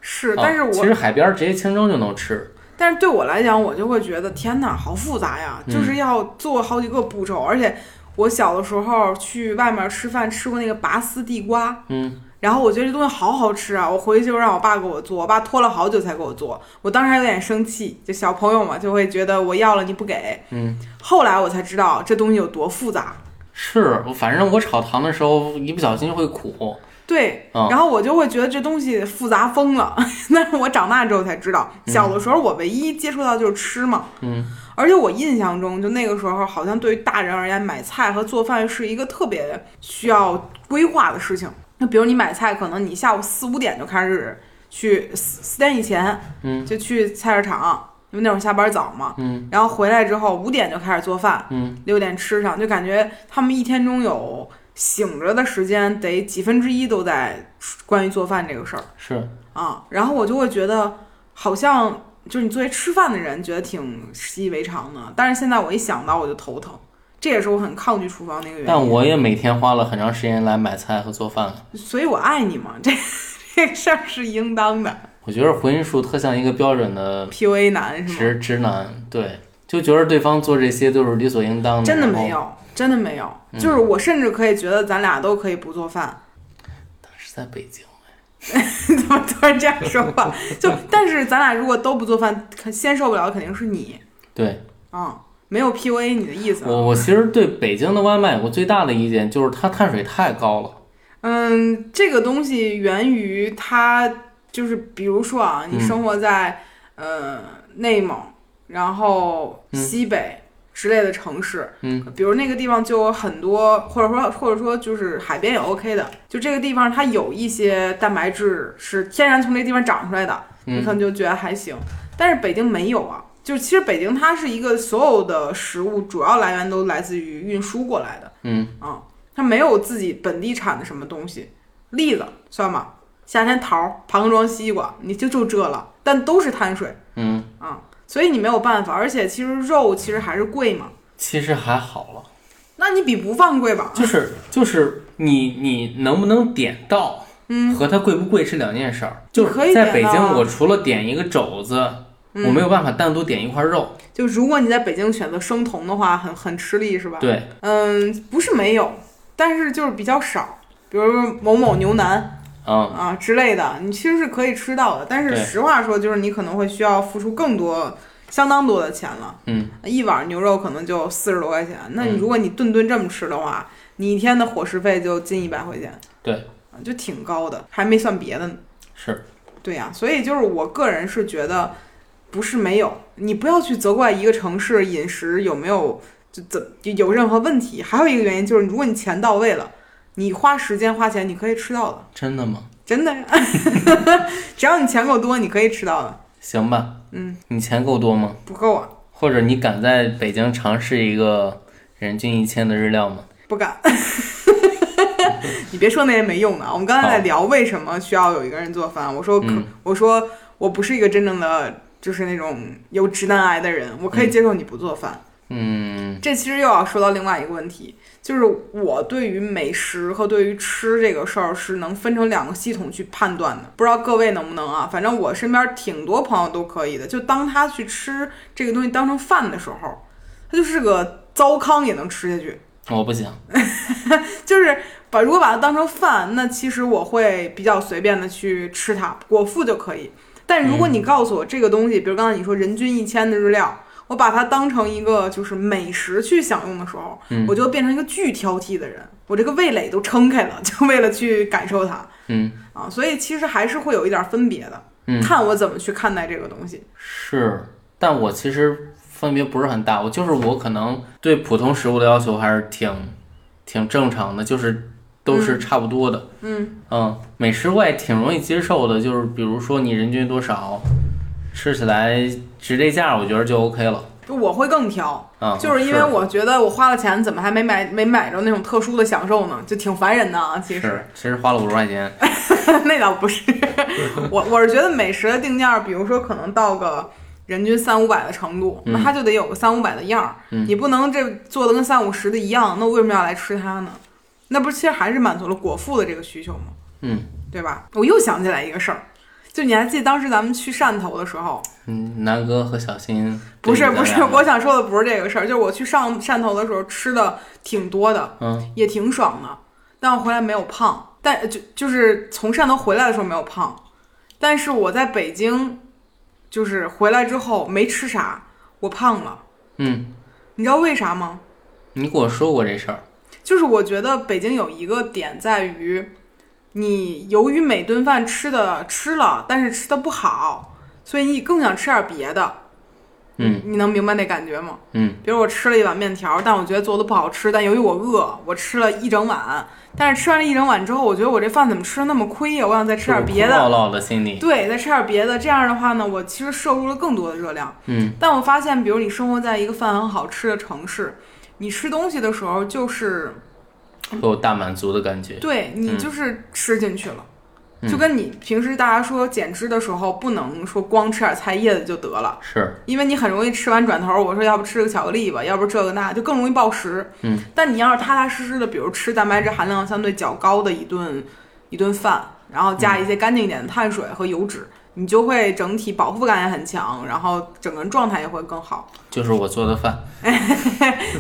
Speaker 1: 是，
Speaker 2: 啊
Speaker 1: 但是
Speaker 2: 其
Speaker 1: 我，
Speaker 2: 实海边直接清蒸就能吃。
Speaker 1: 但是对我来讲，我就会觉得天哪，好复杂呀，
Speaker 2: 嗯
Speaker 1: 就是要做好几个步骤，而且我小的时候去外面吃饭吃过那个拔丝地瓜，
Speaker 2: 嗯，
Speaker 1: 然后我觉得这东西好好吃啊！我回去就让我爸给我做，我爸拖了好久才给我做。我当时还有点生气，就小朋友嘛，就会觉得我要了你不给。
Speaker 2: 嗯，
Speaker 1: 后来我才知道这东西有多复杂。
Speaker 2: 是，反正我炒糖的时候一不小心会苦。
Speaker 1: 对，
Speaker 2: 嗯
Speaker 1: 然后我就会觉得这东西复杂疯了。 (laughs) 但是我长大之后才知道，小的时候我唯一接触到就是吃嘛。
Speaker 2: 嗯，
Speaker 1: 而且我印象中，就那个时候好像对于大人而言，买菜和做饭是一个特别需要规划的事情。那比如你买菜，可能你下午四五点就开始去四四点以前，
Speaker 2: 嗯，
Speaker 1: 就去菜市场，因为那会儿下班早嘛，
Speaker 2: 嗯，
Speaker 1: 然后回来之后五点就开始做饭，
Speaker 2: 嗯，
Speaker 1: 六点吃上，就感觉他们一天中有醒着的时间得几分之一都在关于做饭这个事儿。
Speaker 2: 是，
Speaker 1: 啊，然后我就会觉得好像就是你作为吃饭的人，觉得挺习以为常的。但是现在我一想到我就头疼，这也是我很抗拒厨房那个原因。
Speaker 2: 但我也每天花了很长时间来买菜和做饭。
Speaker 1: 所以我爱你嘛，这这事儿是应当的。
Speaker 2: 我觉得回音术特像一个标准的
Speaker 1: PUA 男是吗？
Speaker 2: 直直男，对，就觉得对方做这些都是理所应当的。
Speaker 1: 真的没
Speaker 2: 然后，嗯
Speaker 1: 有，真的没有。就是我甚至可以觉得咱俩都可以不做饭。 (laughs)
Speaker 2: 但是在北京，
Speaker 1: 你怎么突然这样说话？就但是咱俩如果都不做饭，肯先受不了的肯定是你
Speaker 2: 对。
Speaker 1: 啊、没有 PUA 你的意思啊。
Speaker 2: 我我其实对北京的外卖有个最大的意见，就是它碳水太高了。
Speaker 1: 嗯，这个东西源于它就是，比如说啊，你
Speaker 2: 嗯
Speaker 1: 生活在、呃内蒙，然后
Speaker 2: 嗯
Speaker 1: 西北之类的城市，
Speaker 2: 嗯，
Speaker 1: 比如那个地方就有很多，或者说或者说就是海边也 OK 的，就这个地方它有一些蛋白质是天然从这地方长出来的，你
Speaker 2: 嗯
Speaker 1: 可能就觉得还行，但是北京没有啊。就是其实北京它是一个所有的食物主要来源都来自于运输过来的，
Speaker 2: 嗯，
Speaker 1: 啊，它没有自己本地产的什么东西，栗子算吧，夏天桃儿、庞庄西瓜，你就就这了，但都是碳水
Speaker 2: 嗯，
Speaker 1: 啊，所以你没有办法。而且其实肉其实还是贵嘛，
Speaker 2: 其实还好了，
Speaker 1: 那你比不放贵吧？
Speaker 2: 就是就是你你能不能点到，
Speaker 1: 嗯，
Speaker 2: 和它贵不贵是两件事儿。
Speaker 1: 你
Speaker 2: 就
Speaker 1: 可以
Speaker 2: 是在北
Speaker 1: 点
Speaker 2: 京，
Speaker 1: 到啊嗯
Speaker 2: 我除了点一个肘子，我没有办法单独点一块肉。
Speaker 1: 就如果你在北京选择生酮的话，很很吃力是吧？
Speaker 2: 对，
Speaker 1: 嗯，不是没有，但是就是比较少。比如说某某牛腩
Speaker 2: 嗯，
Speaker 1: 啊之类的，你其实是可以吃到的，但是
Speaker 2: 对
Speaker 1: 实话说，就是你可能会需要付出更多、相当多的钱了。
Speaker 2: 嗯，
Speaker 1: 一碗牛肉可能就四十多块钱，那你如果你顿顿这么吃的话，你一天的伙食费就近一百块钱，
Speaker 2: 对，
Speaker 1: 啊就挺高的，还没算别的呢。
Speaker 2: 是，
Speaker 1: 对呀、所以就是我个人是觉得，不是没有，你不要去责怪一个城市饮食有没有就怎有任何问题。还有一个原因就是，如果你钱到位了，你花时间花钱，你可以吃到的，
Speaker 2: 真的吗？
Speaker 1: 真的呀， (laughs) 只要你钱够多，你可以吃到的，
Speaker 2: 行吧，
Speaker 1: 嗯，
Speaker 2: 你钱够多吗？
Speaker 1: 不够啊，
Speaker 2: 或者你敢在北京尝试一个人均一千的日料吗？
Speaker 1: 不敢。 (laughs) 你别说那些没用的啊！我们刚才在
Speaker 2: 好
Speaker 1: 聊为什么需要有一个人做饭，我说可、
Speaker 2: 嗯
Speaker 1: 我说我不是一个真正的就是那种有直男癌的人，我可以接受你不做饭。
Speaker 2: 嗯
Speaker 1: 这其实又要说到另外一个问题，就是我对于美食和对于吃这个事儿是能分成两个系统去判断的，不知道各位能不能啊？反正我身边挺多朋友都可以的，就当他去吃这个东西当成饭的时候，他就是个糟糠也能吃下去。
Speaker 2: 我不行，
Speaker 1: 就是把如果把它当成饭，那其实我会比较随便的去吃它，果腹就可以。但如果
Speaker 2: 嗯
Speaker 1: 你告诉我这个东西，比如刚才你说人均一千的日料，我把它当成一个就是美食去享用的时候，
Speaker 2: 嗯
Speaker 1: 我就变成一个巨挑剔的人，我这个味蕾都撑开了，就为了去感受它
Speaker 2: 嗯
Speaker 1: 啊。所以其实还是会有一点分别的，
Speaker 2: 嗯，
Speaker 1: 看我怎么去看待这个东西。
Speaker 2: 是，但我其实分别不是很大，我就是我可能对普通食物的要求还是挺挺正常的，就是都是差不多的。
Speaker 1: 嗯
Speaker 2: 嗯，美食我也挺容易接受的，就是比如说你人均多少，吃起来值这价，我觉得就 OK 了。
Speaker 1: 就我会更挑，
Speaker 2: 啊、
Speaker 1: 就是因为我觉得我花了钱，怎么还没买没买着那种特殊的享受呢？就挺烦人的啊，其
Speaker 2: 是
Speaker 1: 实
Speaker 2: 是其实花了五十
Speaker 1: (laughs)
Speaker 2: 块钱，
Speaker 1: 那倒不是，我我是觉得美食的定价，比如说可能到个人均三五百的程度，那它就得有个三五百的样儿，
Speaker 2: 嗯
Speaker 1: 你不能这做的跟三五十的一样，那我为什么要来吃它呢？那不是其实还是满足了果腹的这个需求吗？
Speaker 2: 嗯
Speaker 1: 对吧？我又想起来一个事儿，就你还记得当时咱们去汕头的时候，
Speaker 2: 嗯，南哥和小新
Speaker 1: 不是
Speaker 2: 对比
Speaker 1: 不
Speaker 2: 咱
Speaker 1: 是，
Speaker 2: 俩
Speaker 1: 我想说的不是这个事儿，就是我去上汕头的时候吃的挺多的，
Speaker 2: 嗯
Speaker 1: 也挺爽的，但我回来没有胖，但就就是从汕头回来的时候没有胖，但是我在北京，就是回来之后没吃啥，我胖了，
Speaker 2: 嗯，
Speaker 1: 你知道为啥吗？
Speaker 2: 你跟我说过这事儿，
Speaker 1: 就是我觉得北京有一个点在于，你由于每顿饭吃的吃了，但是吃的不好，所以你更想吃点别的，
Speaker 2: 嗯
Speaker 1: 你能明白那感觉吗？
Speaker 2: 嗯
Speaker 1: 比如我吃了一碗面条，但我觉得做的不好吃，但由于我饿，我吃了一整碗。但是吃完了一整碗之后，我觉得我这饭怎么吃的那么亏呀？我想再吃点别
Speaker 2: 就是空
Speaker 1: 的。
Speaker 2: 落落的心里，
Speaker 1: 对，再吃点别的，这样的话呢，我其实摄入了更多的热量。
Speaker 2: 嗯
Speaker 1: 但我发现，比如你生活在一个饭很好吃的城市，你吃东西的时候，就是
Speaker 2: 会有大满足的感觉，
Speaker 1: 对你
Speaker 2: 嗯
Speaker 1: 就是吃进去了，
Speaker 2: 嗯
Speaker 1: 就跟你平时大家说减脂的时候，不能说光吃点菜叶子就得了，
Speaker 2: 是
Speaker 1: 因为你很容易吃完转头，我说要不吃个巧克力吧，要不这个那，就更容易暴食。
Speaker 2: 嗯，
Speaker 1: 但你要是踏踏实实的，比如吃蛋白质含量相对较高的一顿一顿饭，然后加一些干净一点的碳水和油脂，你就会整体饱腹感也很强，然后整个人状态也会更
Speaker 2: (laughs)
Speaker 1: 好。
Speaker 2: 就是我做的饭，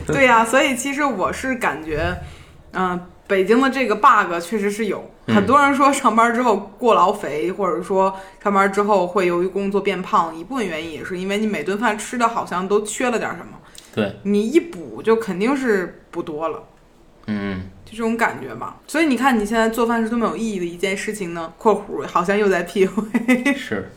Speaker 1: 对呀、所以其实我是感觉，嗯、北京的这个 bug 确实是有
Speaker 2: 嗯
Speaker 1: 很多人说上班之后过劳肥，或者说上班之后会由于工作变胖，一部分原因也是因为你每顿饭吃的好像都缺了点什么，
Speaker 2: 对，
Speaker 1: 你一补就肯定是补多了。
Speaker 2: 嗯。
Speaker 1: (laughs) 就这种感觉吧，所以你看，你现在做饭是多么有意义的一件事情呢？（括弧好像又在屁股。
Speaker 2: 是，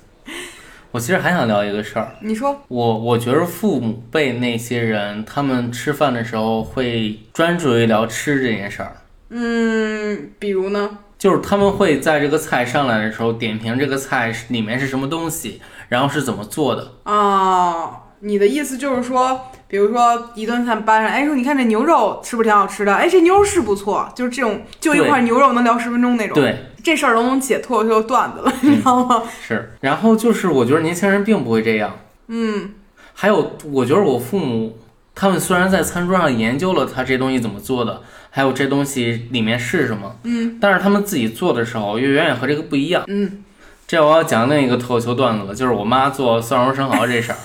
Speaker 2: 我其实还想聊一个事儿，
Speaker 1: (laughs) 你说，
Speaker 2: 我我觉得父母辈那些人，他们吃饭的时候会专注于聊吃这件事儿，
Speaker 1: 嗯，比如呢？
Speaker 2: 就是他们会在这个菜上来的时候点评这个菜是里面是什么东西，然后是怎么做的。
Speaker 1: 哦，你的意思就是说，比如说一顿饭搬上，哎，说你看这牛肉是不是挺好吃的？哎，这牛肉是不错，就是这种，就一
Speaker 2: 对
Speaker 1: 块牛肉能聊十分钟那种。，
Speaker 2: 对，嗯
Speaker 1: 这事儿都能解脱口秀段子了，你知道吗？
Speaker 2: 是。然后就是我觉得年轻人并不会这样。
Speaker 1: 嗯
Speaker 2: 还有，我觉得我父母他们虽然在餐桌上研究了他这东西怎么做的，还有这东西里面是什么，
Speaker 1: 嗯
Speaker 2: 但是他们自己做的时候又远远和这个不一样。
Speaker 1: 嗯，
Speaker 2: 这我要讲另一个脱口秀段子了，就是我妈做蒜蓉生蚝这
Speaker 1: (laughs)
Speaker 2: 事儿，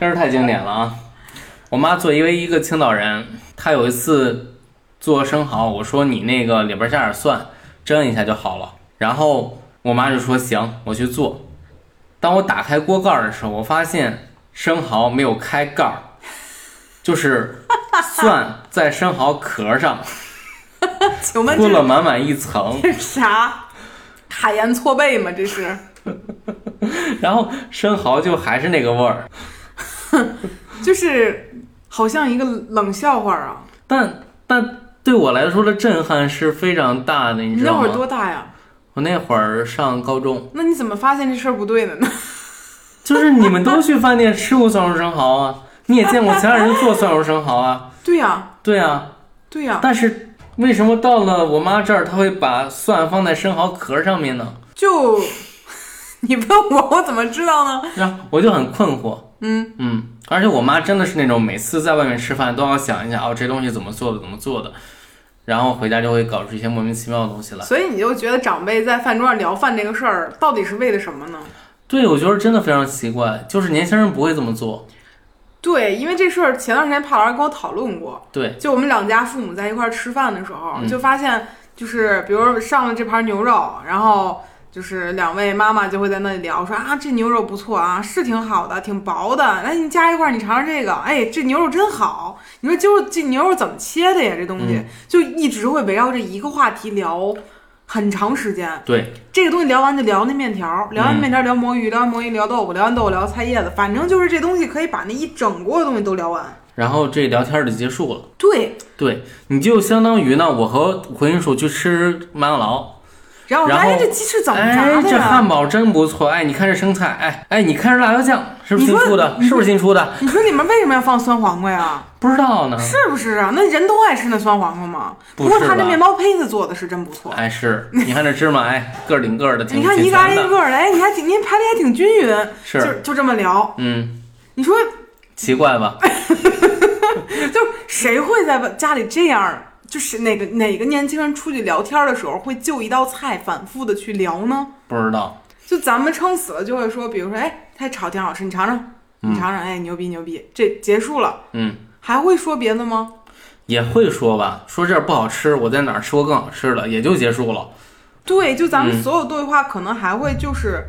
Speaker 2: 真是太经典了啊！我妈做，因为一个青岛人，她有一次做生蚝，我说你那个里边加点蒜，蒸一下就好了。然后我妈就说行，我去做。当我打开锅盖儿的时候，我发现生蚝没有开盖儿，就是蒜在生蚝壳上
Speaker 1: 请问
Speaker 2: 铺了
Speaker 1: 这
Speaker 2: 满满一层。
Speaker 1: 这是啥？海盐搓背吗？这是？
Speaker 2: 然后生蚝就还是那个味儿，
Speaker 1: 就是好像一个冷笑话啊！
Speaker 2: 但但对我来说的震撼是非常大的，你
Speaker 1: 你
Speaker 2: 知
Speaker 1: 那
Speaker 2: 道
Speaker 1: 会儿
Speaker 2: 吗？
Speaker 1: 多大呀？
Speaker 2: 我那会儿上高中，
Speaker 1: 那你怎么发现这事儿不对的呢？
Speaker 2: (laughs) 就是你们都去饭店吃过蒜蓉生蚝啊，你也见过其他人做蒜蓉生蚝啊，
Speaker 1: 对呀、
Speaker 2: 对啊，
Speaker 1: 对呀、
Speaker 2: 但是为什么到了我妈这儿，她会把蒜放在生蚝壳上面呢？
Speaker 1: 就 (laughs) 你问我，我怎么知道呢？
Speaker 2: 然后我就很困惑。
Speaker 1: 嗯
Speaker 2: 嗯，而且我妈真的是那种每次在外面吃饭都要想一下哦，这东西怎么做的，怎么做的，然后回家就会搞出一些莫名其妙的东西来。
Speaker 1: 所以你就觉得长辈在饭桌上聊饭这个事儿，到底是为了什么呢？
Speaker 2: 对，我觉得真的非常奇怪，就是年轻人不会这么做。
Speaker 1: 对，因为这事儿前段时间帕老师跟我讨论过，
Speaker 2: 对，
Speaker 1: 就我们两家父母在一块儿吃饭的时候，
Speaker 2: 嗯
Speaker 1: 就发现就是比如上了这盘牛肉，然后就是两位妈妈就会在那里聊说啊，这牛肉不错啊，是挺好的，挺薄的，来你加一块儿，你尝尝这个，哎，这牛肉真好。你说就是这牛肉怎么切的呀？这东西、就一直会围绕这一个话题聊。很长时间，
Speaker 2: 对，
Speaker 1: 这个东西聊完就聊那面条儿，聊完面条儿聊魔芋，聊完魔芋聊豆腐，聊完豆腐聊菜叶子，反正就是这东西可以把那一整锅的东西都聊完。
Speaker 2: 然后这聊天儿就结束了。
Speaker 1: 对，
Speaker 2: 对，你就相当于呢，我和回音鼠去吃麦当劳，
Speaker 1: 然后
Speaker 2: 然后
Speaker 1: 哎，这鸡翅怎么炸
Speaker 2: 哎，
Speaker 1: 的
Speaker 2: 这汉
Speaker 1: 呀？
Speaker 2: 堡真不错，哎，你看这生菜，哎哎，你看这辣椒酱，是不是
Speaker 1: 你
Speaker 2: 新
Speaker 1: 说
Speaker 2: 出的？是不是新出的？
Speaker 1: 你说你们为什么要放酸黄瓜呀？
Speaker 2: 不知道呢。
Speaker 1: 是不是啊？那人都爱吃那酸黄瓜吗？
Speaker 2: 不
Speaker 1: 不过
Speaker 2: 是
Speaker 1: 他这
Speaker 2: 吧
Speaker 1: 面包胚子做的是真不错。
Speaker 2: 哎，是，你看这芝麻，哎，个儿顶个儿的，挺
Speaker 1: 你看一
Speaker 2: 挺
Speaker 1: 个挨
Speaker 2: 甜
Speaker 1: 一
Speaker 2: 的，
Speaker 1: 个的，哎，你还挺，您排的还挺均匀，
Speaker 2: 是，
Speaker 1: 就就这么聊。
Speaker 2: 嗯，
Speaker 1: 你说，
Speaker 2: 奇怪吧？
Speaker 1: 哎就谁会在家里这样？就是哪个哪个年轻人出去聊天的时候会就一道菜反复的去聊呢？
Speaker 2: 不知道，
Speaker 1: 就咱们撑死了就会说，比如说，哎，它炒挺好吃，你尝尝，你尝尝，哎，牛逼牛逼，这结束了，
Speaker 2: 嗯，
Speaker 1: 还会说别的吗？
Speaker 2: 也会说吧，说这儿不好吃，我在哪儿吃过更好吃的，也就结束了，
Speaker 1: 对，就咱们
Speaker 2: 嗯
Speaker 1: 所有对话可能还会就是，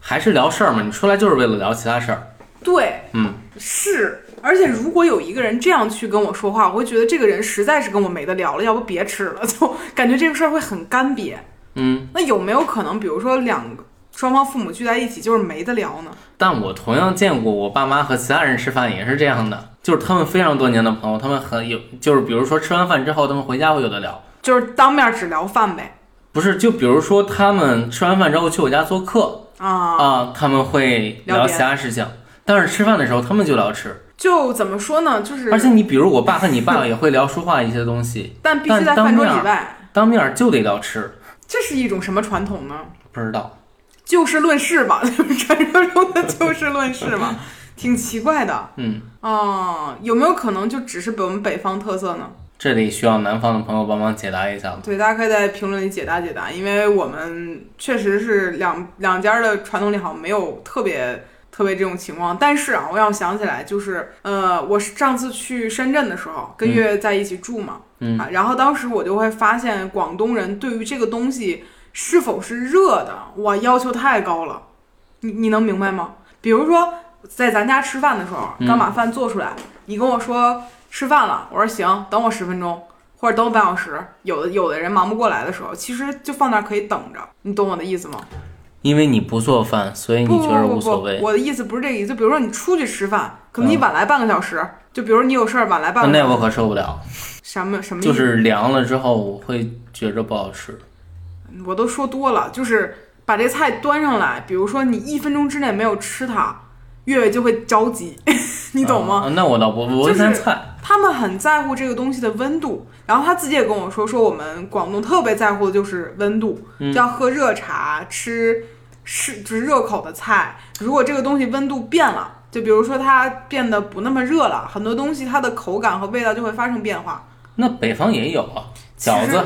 Speaker 2: 还是聊事儿嘛。你出来就是为了聊其他事儿，
Speaker 1: 对，
Speaker 2: 嗯，
Speaker 1: 是，而且如果有一个人这样去跟我说话，我会觉得这个人实在是跟我没得聊了，要不别吃了， (laughs) 就感觉这个事儿会很干瘪。
Speaker 2: 嗯。
Speaker 1: 那有没有可能，比如说两个双方父母聚在一起就是没得聊呢？
Speaker 2: 但我同样见过我爸妈和其他人吃饭也是这样的，就是他们非常多年的朋友，他们很有，就是比如说吃完饭之后，他们回家会有的聊。
Speaker 1: 就是当面只聊饭呗。
Speaker 2: 不是，就比如说他们吃完饭之后去我家做客
Speaker 1: 啊，
Speaker 2: 啊，他们会聊其他事情，但是吃饭的时候他们就聊吃，
Speaker 1: 就怎么说呢？就是
Speaker 2: 而，且你比如我爸和你爸也会聊说话一些
Speaker 1: (laughs)
Speaker 2: 东西，
Speaker 1: 但必须在
Speaker 2: 但当
Speaker 1: 饭桌以
Speaker 2: 面啊
Speaker 1: 外。
Speaker 2: 当面就得聊吃，
Speaker 1: 这是一种什么传统呢？
Speaker 2: 不知道，
Speaker 1: 就事论事吧， (laughs) 传说中的就事论事嘛，挺奇怪的。
Speaker 2: 嗯，
Speaker 1: 哦，有没有可能就只是我们北方特色呢？
Speaker 2: 这里需要南方的朋友帮忙解答一下。
Speaker 1: 对，大家可以在评论里解答解答，因为我们确实是两两家的传统里好像没有特别特别这种情况。但是啊，我要想起来，就是呃，我上次去深圳的时候，跟月在一起住嘛，
Speaker 2: 嗯
Speaker 1: 啊，然后当时我就会发现广东人对于这个东西是否是热的，哇，要求太高了。你你能明白吗？比如说在咱家吃饭的时候，
Speaker 2: 嗯
Speaker 1: 刚把饭做出来，你跟我说吃饭了，我说行，等我十分钟。或者等我半小时，有的有的人忙不过来的时候，其实就放那儿可以等着，你懂我的意思吗？
Speaker 2: 因为你不做饭，所以你
Speaker 1: 不
Speaker 2: 觉得
Speaker 1: 不不
Speaker 2: 无所
Speaker 1: 不
Speaker 2: 谓嗯
Speaker 1: 不，。我的意思不是这个意思。就比如说你出去吃饭，可能你晚来半个小时，就比如你有事儿晚来半个
Speaker 2: 那
Speaker 1: 小时，
Speaker 2: 我可受不了，
Speaker 1: 什么什么意思？
Speaker 2: 就是凉了之后我会觉着不好吃。
Speaker 1: 我都说多了，就是把这菜端上来，比如说你一分钟之内没有吃它，月月就会着急， (laughs) 你懂吗？
Speaker 2: 啊？那我倒不，我
Speaker 1: 就是
Speaker 2: 看菜，
Speaker 1: 他们很在乎这个东西的温度，然后他自己也跟我说，说我们广东特别在乎的就是温度，
Speaker 2: 嗯
Speaker 1: 就要喝热茶，吃吃就是热口的菜。如果这个东西温度变了，就比如说它变得不那么热了，很多东西它的口感和味道就会发生变化。
Speaker 2: 那北方也有啊，饺
Speaker 1: 其实
Speaker 2: 子。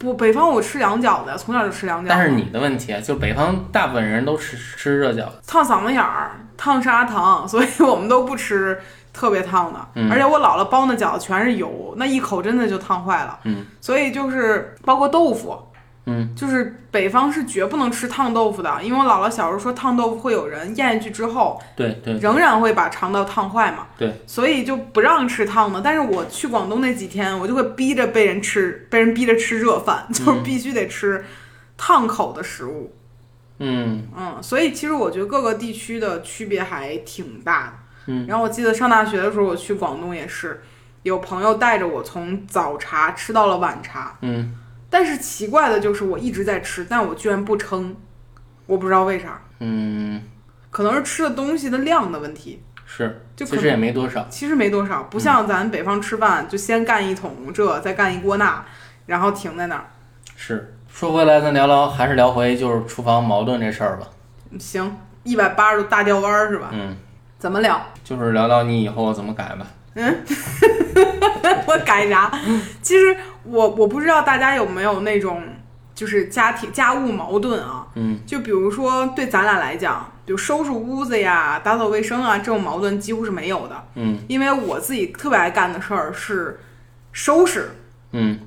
Speaker 1: 不，北方我吃凉饺子，从小就吃凉饺子，
Speaker 2: 但是你的问题啊，就北方大部分人都吃吃热饺子，
Speaker 1: 烫嗓子眼儿、烫砂糖，所以我们都不吃特别烫的。
Speaker 2: 嗯
Speaker 1: 而且我姥姥包那饺子全是油，那一口真的就烫坏了。
Speaker 2: 嗯，
Speaker 1: 所以就是包括豆腐，
Speaker 2: 嗯，
Speaker 1: 就是北方是绝不能吃烫豆腐的，因为我姥姥小时候说烫豆腐会有人咽下去之后
Speaker 2: 对嗯对
Speaker 1: 仍然会把肠道烫坏嘛，
Speaker 2: 对，
Speaker 1: 所以就不让吃烫的。但是我去广东那几天，我就会逼着被人吃，被人逼着吃热饭，就是必须得吃烫口的食物。
Speaker 2: 嗯
Speaker 1: 嗯，所以其实我觉得各个地区的区别还挺大的。
Speaker 2: 嗯，
Speaker 1: 然后我记得上大学的时候，我去广东也是，有朋友带着我从早茶吃到了晚茶，
Speaker 2: 嗯，
Speaker 1: 但是奇怪的就是我一直在吃，但我居然不撑，我不知道为啥，
Speaker 2: 嗯，
Speaker 1: 可能是吃的东西的量的问题。
Speaker 2: 是，
Speaker 1: 就可
Speaker 2: 其实也没多少，
Speaker 1: 其实没多少，不像咱北方吃饭、就先干一桶这，再干一锅那，然后停在那儿。
Speaker 2: 是。说回来，咱聊聊，还是聊回就是厨房矛盾这事儿吧。
Speaker 1: 嗯行，一百八十度大吊弯儿是吧？
Speaker 2: 嗯，
Speaker 1: 怎么聊？
Speaker 2: 就是聊聊你以后怎么改吧。
Speaker 1: (laughs) 我改啥？ (laughs) 其实我我不知道大家有没有那种就是家庭家务矛盾啊，
Speaker 2: 嗯，
Speaker 1: 就比如说对咱俩来讲，比如收拾屋子呀、打扫卫生啊这种矛盾几乎是没有的。
Speaker 2: 嗯
Speaker 1: 因为我自己特别爱干的事儿是收拾，
Speaker 2: 嗯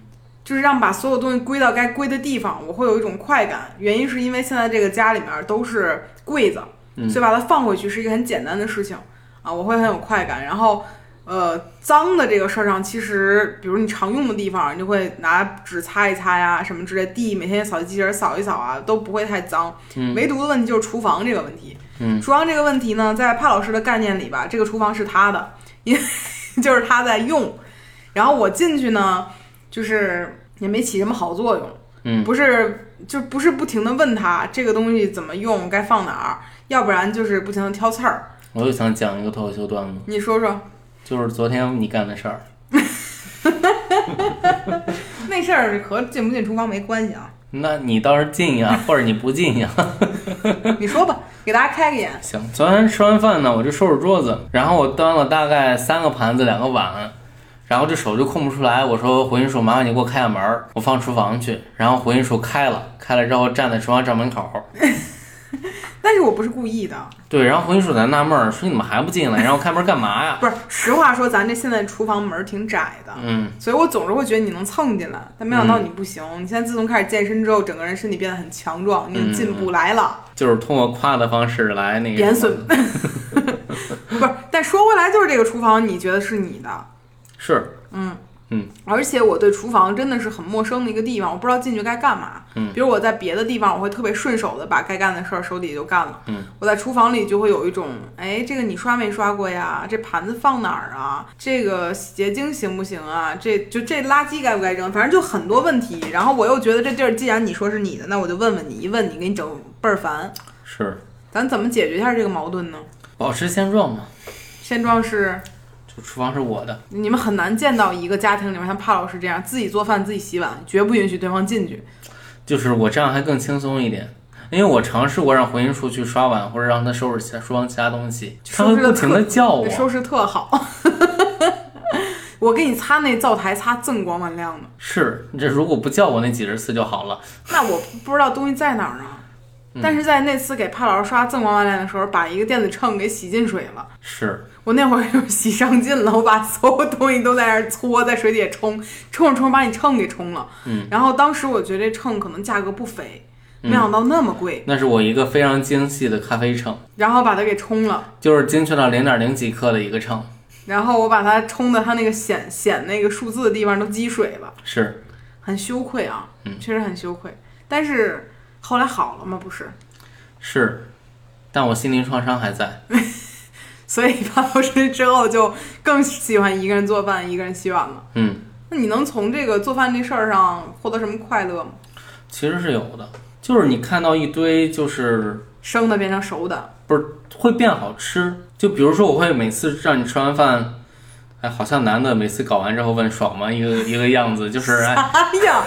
Speaker 1: 就是让把所有东西归到该归的地方，我会有一种快感。原因是因为现在这个家里面都是柜子，
Speaker 2: 嗯
Speaker 1: 所以把它放回去是一个很简单的事情啊，我会很有快感。然后，呃，脏的这个事儿上，其实比如你常用的地方，你就会拿纸擦一擦呀，什么之类。地每天扫地机器人扫一扫啊，都不会太脏。
Speaker 2: 嗯
Speaker 1: 唯独的问题就是厨房这个问题。
Speaker 2: 嗯
Speaker 1: 厨房这个问题呢，在帕老师的概念里吧，这个厨房是他的， (laughs) 因为就是他在用。然后我进去呢，就是也没起什么好作用，
Speaker 2: 嗯
Speaker 1: 不是就不是不停的问他这个东西怎么用，该放哪儿，要不然就是不停的挑刺儿。
Speaker 2: 我又想讲一个脱口秀段子，
Speaker 1: 你说说
Speaker 2: 就是昨天你干的事儿。
Speaker 1: 那事儿和进不进厨房没关系
Speaker 2: (laughs)
Speaker 1: 啊？
Speaker 2: 那你倒是进呀，或者你不进呀。
Speaker 1: 你说吧，给大家开个眼。
Speaker 2: 行，昨天吃完饭呢，我就收拾桌子，然后我端了大概三个盘子、两个碗，然后这手就空不出来。我说回心树，麻烦你给我开下门儿，我放厨房去。然后回心树开了，开了之后站在厨房正门口，
Speaker 1: 但是我不是故意的，
Speaker 2: 对，然后回心树在那纳闷儿，说你怎么还不进来？然后开门干嘛呀？
Speaker 1: 不是。实话说，咱这现在厨房门儿挺窄的，
Speaker 2: 嗯，
Speaker 1: 所以我总是会觉得你能蹭进来，但没想到你不行。你现在自从开始健身之后，整个人身体变得很强壮，你进步来了，
Speaker 2: 就是通过夸的方式来那个
Speaker 1: 贬损。不是，但说回来就是这个厨房，你觉得是你的，
Speaker 2: 是，
Speaker 1: 而且我对厨房真的是很陌生的一个地方，我不知道进去该干嘛。
Speaker 2: 嗯
Speaker 1: 比如我在别的地方，我会特别顺手的把该干的事儿手底下就干了。
Speaker 2: 嗯，
Speaker 1: 我在厨房里就会有一种，哎，这个你刷没刷过呀？这盘子放哪儿啊？这个洗洁精行不行啊？这就这垃圾该不该扔？反正就很多问题。然后我又觉得这地儿既然你说是你的，那我就问问你，一问你给你整倍儿烦。
Speaker 2: 是，
Speaker 1: 咱怎么解决一下这个矛盾呢？
Speaker 2: 保持现状嘛。
Speaker 1: 现状是
Speaker 2: 就厨房是我的，
Speaker 1: 你们很难见到一个家庭里面像帕老师这样自己做饭自己洗碗，绝不允许对方进去。
Speaker 2: 就是我这样还更轻松一点。因为我尝试过让回音树去刷碗，或者让他收拾其他厨房其他东西，他会
Speaker 1: 收拾
Speaker 2: 不
Speaker 1: 得
Speaker 2: 停的
Speaker 1: 特
Speaker 2: 叫我
Speaker 1: 那。收拾特好。 (laughs) 我给你擦那灶台擦锃光万亮的，
Speaker 2: 是，这如果不叫我那几十次就好了。
Speaker 1: 那我不知道东西在哪儿呢。但是在那次给帕老师刷锃光万亮的时候，把一个电子秤给洗进水了。
Speaker 2: 是，
Speaker 1: 我那会儿就洗上劲了，我把所有东西都在那儿搓，在水底下冲，冲着冲着把你秤给冲了。
Speaker 2: 嗯，
Speaker 1: 然后当时我觉得这秤可能价格不菲，没想到那么贵，
Speaker 2: 那是我一个非常精细的咖啡秤，
Speaker 1: 然后把它给冲了。
Speaker 2: 就是精确到零点零几克的一个秤。
Speaker 1: 然后我把它冲的它那个显显那个数字的地方都积水了，
Speaker 2: 是，
Speaker 1: 很羞愧啊，
Speaker 2: 嗯
Speaker 1: 确实很羞愧。但是后来好了吗？不是，
Speaker 2: 是，但我心灵创伤还在。
Speaker 1: 所以潘老师之后就更喜欢一个人做饭，一个人洗碗了。
Speaker 2: 嗯，
Speaker 1: 那你能从这个做饭这事儿上获得什么快乐吗？
Speaker 2: 其实是有的，就是你看到一堆就是
Speaker 1: 生的变成熟的，
Speaker 2: 会变好吃。就比如说，我会每次让你吃完饭，哎，好像男的每次搞完之后问爽吗？一个一个样子，就是 (laughs) 哎，
Speaker 1: 哎呀，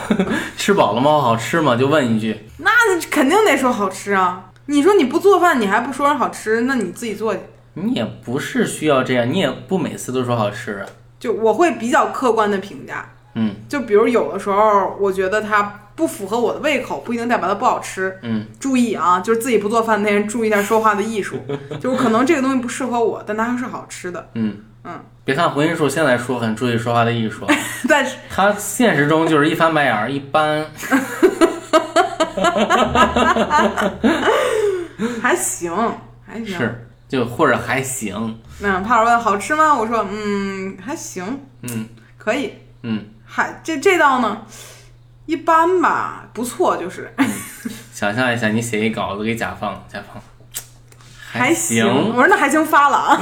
Speaker 2: 吃饱了吗？好吃吗？就问一句。
Speaker 1: 那肯定得说好吃啊！你说你不做饭，你还不说人好吃，那你自己做去。
Speaker 2: 你也不是需要这样，你也不每次都说好吃啊。
Speaker 1: 就我会比较客观的评价，
Speaker 2: 嗯
Speaker 1: 就比如有的时候，我觉得它不符合我的胃口，不一定代表它不好吃。
Speaker 2: 嗯，
Speaker 1: 注意啊，就是自己不做饭那人注意一下说话的艺
Speaker 2: (laughs)
Speaker 1: 术。就是可能这个东西不适合我，但它还是好吃的。 (laughs)
Speaker 2: 嗯
Speaker 1: 嗯，
Speaker 2: 别看回音树现在说很注意说话的艺 (laughs) 术啊，
Speaker 1: 但是
Speaker 2: 他现实中就是一翻白眼儿，一般。
Speaker 1: 还行，还行。
Speaker 2: 是，啊就或者还行。
Speaker 1: 那帕尔问好吃吗？我说嗯，还行，
Speaker 2: 嗯
Speaker 1: 可以。
Speaker 2: 嗯，
Speaker 1: 还这这道呢，一般吧，不错，就是
Speaker 2: 想象一下，你写一稿子给甲方，甲方
Speaker 1: 还
Speaker 2: 行。
Speaker 1: 我说那还行，发了
Speaker 2: (laughs)
Speaker 1: 啊。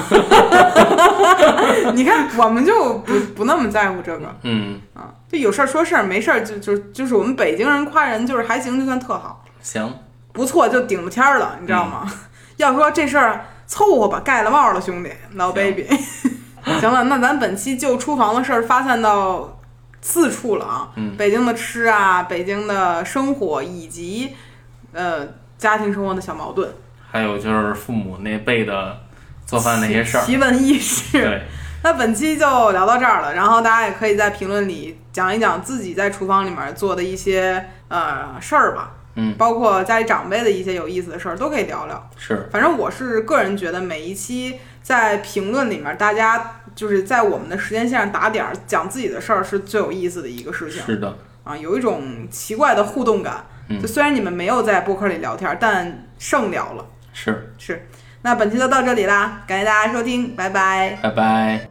Speaker 1: (laughs) 你看，我们就不不那么在乎这个。
Speaker 2: 嗯，
Speaker 1: 啊，就有事儿说事儿，没事儿就就就是我们北京人夸人就是还行，就算特好，
Speaker 2: 行，
Speaker 1: 不错就顶着天儿了，你知道吗？ (laughs) 要说这事儿凑合吧，盖了帽了，兄弟，老 baby。行 (laughs) 了，那咱本期就厨房的事儿发散到四处了啊，
Speaker 2: 嗯
Speaker 1: 北京的吃啊，北京的生活以及呃家庭生活的小矛盾，
Speaker 2: 还有就是父母那辈的做饭啊那些事儿。
Speaker 1: 奇闻异事。
Speaker 2: 对，
Speaker 1: 那本期就聊到这儿了，然后大家也可以在评论里讲一讲自己在厨房里面做的一些呃事儿吧。
Speaker 2: 嗯，
Speaker 1: 包括家里长辈的一些有意思的事儿都可以聊聊。
Speaker 2: 是
Speaker 1: 反正我是个人觉得，每一期在评论里面，大家就是在我们的时间线上打点儿，讲自己的事儿是最有意思的一个事情
Speaker 2: 是的，
Speaker 1: 啊，有一种奇怪的互动感。
Speaker 2: 嗯
Speaker 1: 就虽然你们没有在播客里聊天，但胜聊了。
Speaker 2: 是，
Speaker 1: 是，那本期就到这里啦，感谢大家收听，拜拜。
Speaker 2: 拜拜。